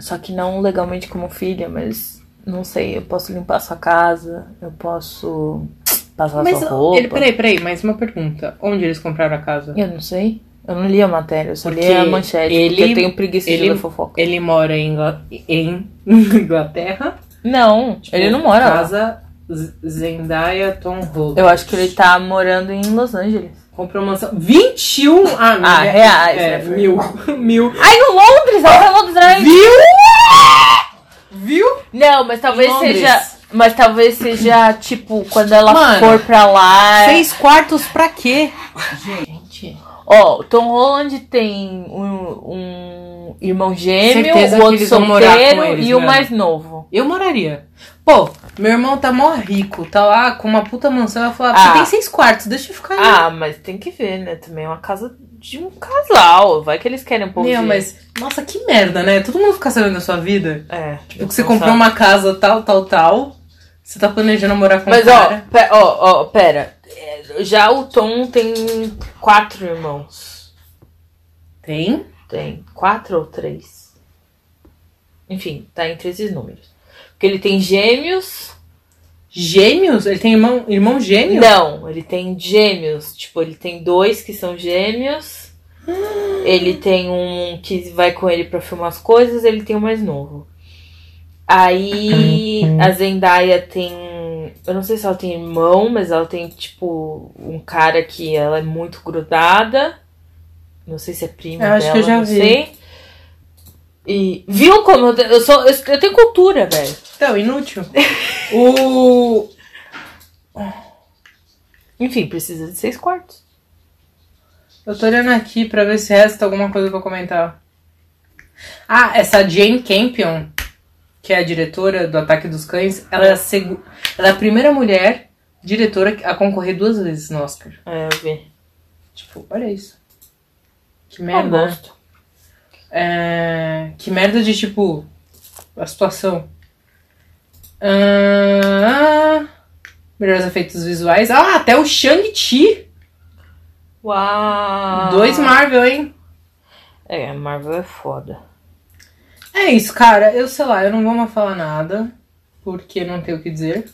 Speaker 3: Só que não legalmente como filha, mas... Não sei, eu posso limpar sua casa, eu posso passar
Speaker 2: Mas
Speaker 3: sua roupa.
Speaker 2: ele, peraí, peraí, mais uma pergunta. Onde eles compraram a casa?
Speaker 3: Eu não sei. Eu não li a matéria, eu só
Speaker 2: Porque
Speaker 3: li a manchete.
Speaker 2: ele-
Speaker 3: porque eu tenho preguiça
Speaker 2: ele-
Speaker 3: de ler fofoca.
Speaker 2: Ele mora em, Ingla- em Inglaterra.
Speaker 3: Não, ele não mora lá.
Speaker 2: Tipo, casa Z- Zendaya Tom Holland.
Speaker 3: Eu acho que ele tá morando em Los Angeles.
Speaker 2: Comprou mansão. 21 ah, não,
Speaker 3: Ah,
Speaker 2: é-
Speaker 3: reais,
Speaker 2: É,
Speaker 3: né, foi.
Speaker 2: mil. mil.
Speaker 3: Ai, em Londres! Ela tá em Londres! Ai.
Speaker 2: Viu?
Speaker 3: Não, mas talvez
Speaker 2: Londres.
Speaker 3: seja. Mas talvez seja, tipo, quando ela
Speaker 2: Mano,
Speaker 3: for pra lá.
Speaker 2: Seis quartos pra quê? Gente.
Speaker 3: Ó, o Tom Holland tem um, um irmão gêmeo,
Speaker 2: Certeza
Speaker 3: o
Speaker 2: que
Speaker 3: outro
Speaker 2: eles vão morar com
Speaker 3: solteiro
Speaker 2: eles,
Speaker 3: e
Speaker 2: né?
Speaker 3: o mais novo.
Speaker 2: Eu moraria. Pô, meu irmão tá mó rico, tá lá com uma puta mansão. Ela fala,
Speaker 3: Ah.
Speaker 2: você tem seis quartos, deixa eu ficar aí.
Speaker 3: Ah, mas tem que ver, né? Também é uma casa de um casal. Vai que eles querem um pouco
Speaker 2: Meu,
Speaker 3: de-
Speaker 2: mas, nossa, que merda, né? Todo mundo fica sabendo da sua vida.
Speaker 3: É.
Speaker 2: Tipo, que você comprou uma casa tal, tal, tal. Você tá planejando morar com
Speaker 3: Mas
Speaker 2: um
Speaker 3: ó,
Speaker 2: cara.
Speaker 3: pe- ó, ó, pera. É, Já o Tom tem quatro irmãos.
Speaker 2: Tem?
Speaker 3: Tem quatro ou três? Enfim, tá entre esses números. Porque ele tem gêmeos.
Speaker 2: Gêmeos? Ele tem irmão, irmão gêmeo?
Speaker 3: Não, ele tem gêmeos. Tipo, ele tem dois que são gêmeos.
Speaker 2: Ah.
Speaker 3: Ele tem um que vai com ele pra filmar as coisas, ele tem o mais novo. Aí a Zendaya tem. Eu não sei se ela tem irmão, mas ela tem, tipo, um cara que ela é muito grudada. Não sei se é prima
Speaker 2: Eu acho
Speaker 3: dela,
Speaker 2: que eu já
Speaker 3: não
Speaker 2: vi.
Speaker 3: sei. E. Viu como eu, te- eu sou. Eu, eu tenho cultura, velho.
Speaker 2: Então, inútil. o...
Speaker 3: Enfim, precisa de seis quartos.
Speaker 2: Eu tô olhando aqui pra ver se resta alguma coisa pra comentar. Ah, essa Jane Campion, que é a diretora do Ataque dos Cães, ela é a, segu... ela é a primeira mulher diretora a concorrer duas vezes no Oscar.
Speaker 3: É, eu vi.
Speaker 2: Tipo, olha isso. Que
Speaker 3: Eu
Speaker 2: merda. né?
Speaker 3: gosto.
Speaker 2: É, Que merda de, tipo, a situação. Ah, Melhores efeitos visuais. Ah, até o Shang-Chi.
Speaker 3: Uau!
Speaker 2: Dois Marvel, hein?
Speaker 3: É, Marvel é foda.
Speaker 2: É isso, cara. Eu sei lá, eu não vou mais falar nada, porque não tenho o que dizer.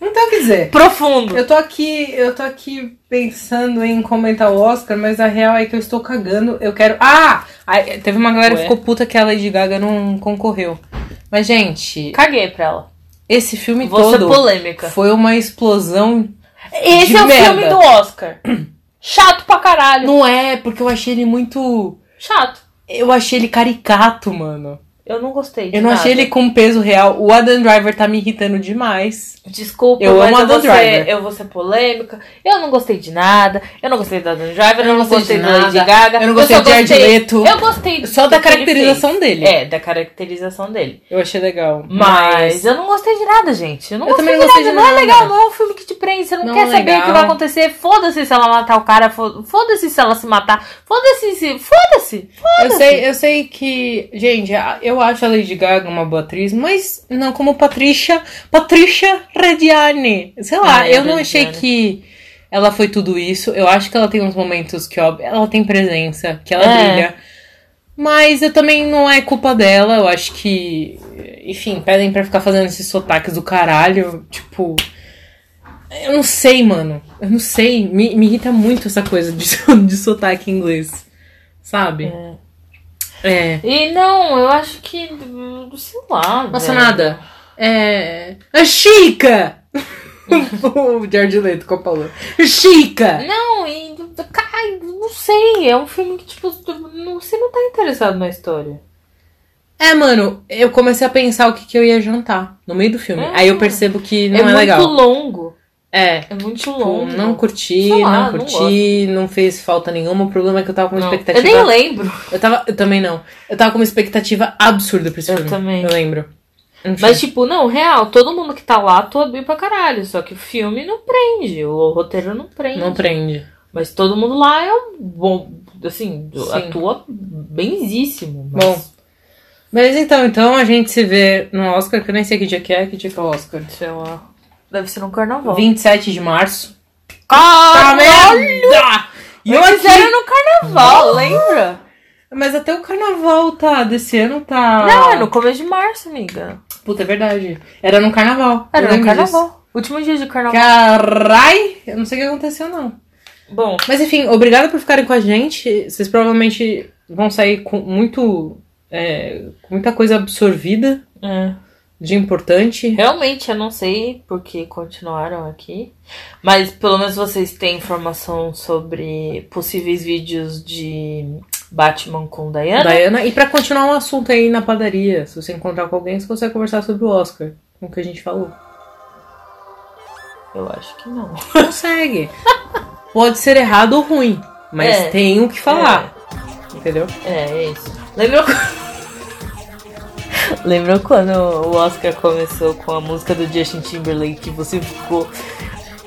Speaker 2: Não tenho o que dizer.
Speaker 3: Profundo!
Speaker 2: Eu tô aqui, eu tô aqui pensando em comentar o Oscar, mas a real é que eu estou cagando. Eu quero. Ah! Aí, teve uma galera que
Speaker 3: Ué?
Speaker 2: ficou puta que a Lady Gaga não concorreu. Mas, gente,
Speaker 3: Caguei pra ela.
Speaker 2: Esse filme
Speaker 3: Vou ser
Speaker 2: todo
Speaker 3: polêmica.
Speaker 2: foi uma explosão.
Speaker 3: Esse
Speaker 2: de
Speaker 3: é o
Speaker 2: merda.
Speaker 3: filme do Oscar. Chato pra caralho.
Speaker 2: Não é, porque eu achei ele muito.
Speaker 3: Chato.
Speaker 2: Eu achei ele caricato, mano.
Speaker 3: Eu não gostei. de
Speaker 2: Eu não achei
Speaker 3: nada.
Speaker 2: ele com peso real. O Adam Driver tá me irritando demais.
Speaker 3: Desculpa,
Speaker 2: Eu
Speaker 3: mas
Speaker 2: amo
Speaker 3: eu,
Speaker 2: Adam
Speaker 3: vou ser,
Speaker 2: Driver.
Speaker 3: eu vou ser polêmica. Eu não gostei de nada. Eu não gostei da Adam Driver. Eu, não gostei
Speaker 2: de
Speaker 3: da Lady
Speaker 2: nada.
Speaker 3: Gaga.
Speaker 2: Eu não gostei
Speaker 3: só
Speaker 2: de Jared Leto.
Speaker 3: Eu gostei
Speaker 2: Só
Speaker 3: do
Speaker 2: da
Speaker 3: que ele
Speaker 2: caracterização
Speaker 3: fez.
Speaker 2: dele.
Speaker 3: É, da caracterização dele.
Speaker 2: Eu achei legal.
Speaker 3: Mas eu não gostei de nada, gente. Eu, não
Speaker 2: Eu
Speaker 3: gostei
Speaker 2: também
Speaker 3: de
Speaker 2: não gostei de
Speaker 3: nada. Não é
Speaker 2: nada.
Speaker 3: legal, não é um filme que te prende. Você não,
Speaker 2: Não
Speaker 3: quer
Speaker 2: é
Speaker 3: saber o que
Speaker 2: legal.
Speaker 3: vai acontecer. Foda-se se ela matar o cara. fo- Foda-se se ela se matar. Foda-se se. Foda-se.
Speaker 2: Eu sei, eu sei que. Gente, a- eu acho a Lady Gaga uma boa atriz, mas não como Patricia. Patricia Rediani. Sei lá,
Speaker 3: Ah, é
Speaker 2: eu não
Speaker 3: Rediani.
Speaker 2: achei que ela foi tudo isso. Eu acho que ela tem uns momentos que ó, ela tem presença, que ela
Speaker 3: É.
Speaker 2: brilha. Mas eu também não é culpa dela. Eu acho que. Enfim, pedem pra ficar fazendo esses sotaques do caralho. Tipo. Eu não sei, mano. Eu não sei. Me, me irrita muito essa coisa de, so- de sotaque em inglês. Sabe?
Speaker 3: É.
Speaker 2: É.
Speaker 3: E não, eu acho que. hum, Sei lá.
Speaker 2: Nossa,
Speaker 3: velho.
Speaker 2: nada. É. A Chica! o Jared Leto, como falou. Chica!
Speaker 3: Não, e. Cara, não sei. É um filme que, tipo, não- você não tá interessado na história.
Speaker 2: É, mano, eu comecei a pensar o que, que eu ia jantar no meio do filme.
Speaker 3: Ah.
Speaker 2: Aí eu percebo que não é,
Speaker 3: muito
Speaker 2: legal.
Speaker 3: longo.
Speaker 2: É.
Speaker 3: É muito
Speaker 2: Tipo,
Speaker 3: longo.
Speaker 2: não curti,
Speaker 3: Sei lá,
Speaker 2: não
Speaker 3: não
Speaker 2: curti, não, fez falta nenhuma. O problema é que eu tava com uma
Speaker 3: Não. Eu
Speaker 2: expectativa.
Speaker 3: nem lembro.
Speaker 2: Eu tava. Eu também não. Eu tava com uma expectativa absurda pra esse
Speaker 3: Eu
Speaker 2: filme.
Speaker 3: também.
Speaker 2: Eu lembro. Enfim.
Speaker 3: Mas, tipo, não, real, todo mundo que tá lá tô bem pra caralho. Só que o filme não prende, o roteiro não prende.
Speaker 2: não prende.
Speaker 3: Mas todo mundo lá é um bom. Assim,
Speaker 2: Sim.
Speaker 3: atua benzíssimo. Mas...
Speaker 2: Bom. Mas então, então a gente se vê no Oscar, que eu nem sei que dia que é, que dia que é o Oscar.
Speaker 3: Sei lá. Deve ser um carnaval.
Speaker 2: 27 de março. Tá
Speaker 3: Caralho!
Speaker 2: merda! E eu aqui...
Speaker 3: Fizeram no carnaval, lembra?
Speaker 2: Mas até o carnaval tá, desse ano tá...
Speaker 3: Não, é no começo de março, amiga.
Speaker 2: Puta, é verdade. Era no carnaval. eu
Speaker 3: Era no
Speaker 2: lembro
Speaker 3: carnaval.
Speaker 2: disso.
Speaker 3: Último dia de carnaval.
Speaker 2: Carai! Eu não sei o que aconteceu, não.
Speaker 3: Bom,
Speaker 2: Mas enfim, obrigada por ficarem com a gente. Vocês provavelmente vão sair com muito... é, com muita coisa absorvida
Speaker 3: é.
Speaker 2: de importante.
Speaker 3: realmente eu não sei porque continuaram aqui. Mas pelo menos vocês têm informação sobre possíveis vídeos de Batman com Diana.
Speaker 2: Dayana. E pra continuar um assunto aí na padaria, se você encontrar com alguém, você consegue conversar sobre o Oscar, com o que a gente falou.
Speaker 3: Eu acho que não.
Speaker 2: Consegue. Pode ser errado ou ruim, mas
Speaker 3: É.
Speaker 2: tem o que falar. Entendeu?
Speaker 3: É, é isso. Lembrou Lembrou quando o Oscar começou com a música do Justin Timberlake que você ficou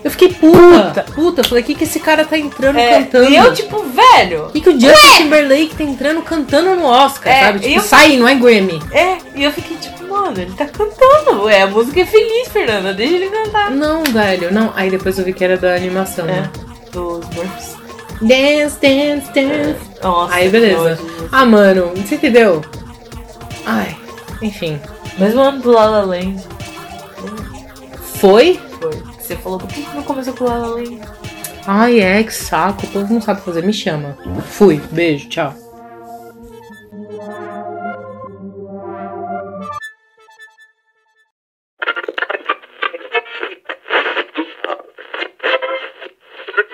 Speaker 2: Eu fiquei puta. Puta, falei, o que, que esse cara tá entrando
Speaker 3: É,
Speaker 2: cantando?
Speaker 3: E eu, tipo, velho.
Speaker 2: O que, que o Justin Timberlake tá entrando cantando no Oscar,
Speaker 3: É,
Speaker 2: sabe? Tipo,
Speaker 3: eu-
Speaker 2: sai, não é Grammy.
Speaker 3: É, e eu fiquei tipo, mano, ele tá cantando. É, a música é feliz, Fernanda, deixa ele cantar.
Speaker 2: Não, velho, não. Aí depois eu vi que era da animação, né?
Speaker 3: Ah. É, dos Smurfs.
Speaker 2: Dance, dance, dance.
Speaker 3: Nossa,
Speaker 2: Aí,
Speaker 3: que
Speaker 2: beleza.
Speaker 3: nojo.
Speaker 2: Ah, mano, você entendeu? Ai, enfim.
Speaker 3: Mesmo ano do La La Land,
Speaker 2: Foi?
Speaker 3: foi. Você falou, por que que não começou com o La La Land?
Speaker 2: Ai, é, que saco. O povo não sabe fazer. Me chama. Fui. Beijo. Tchau.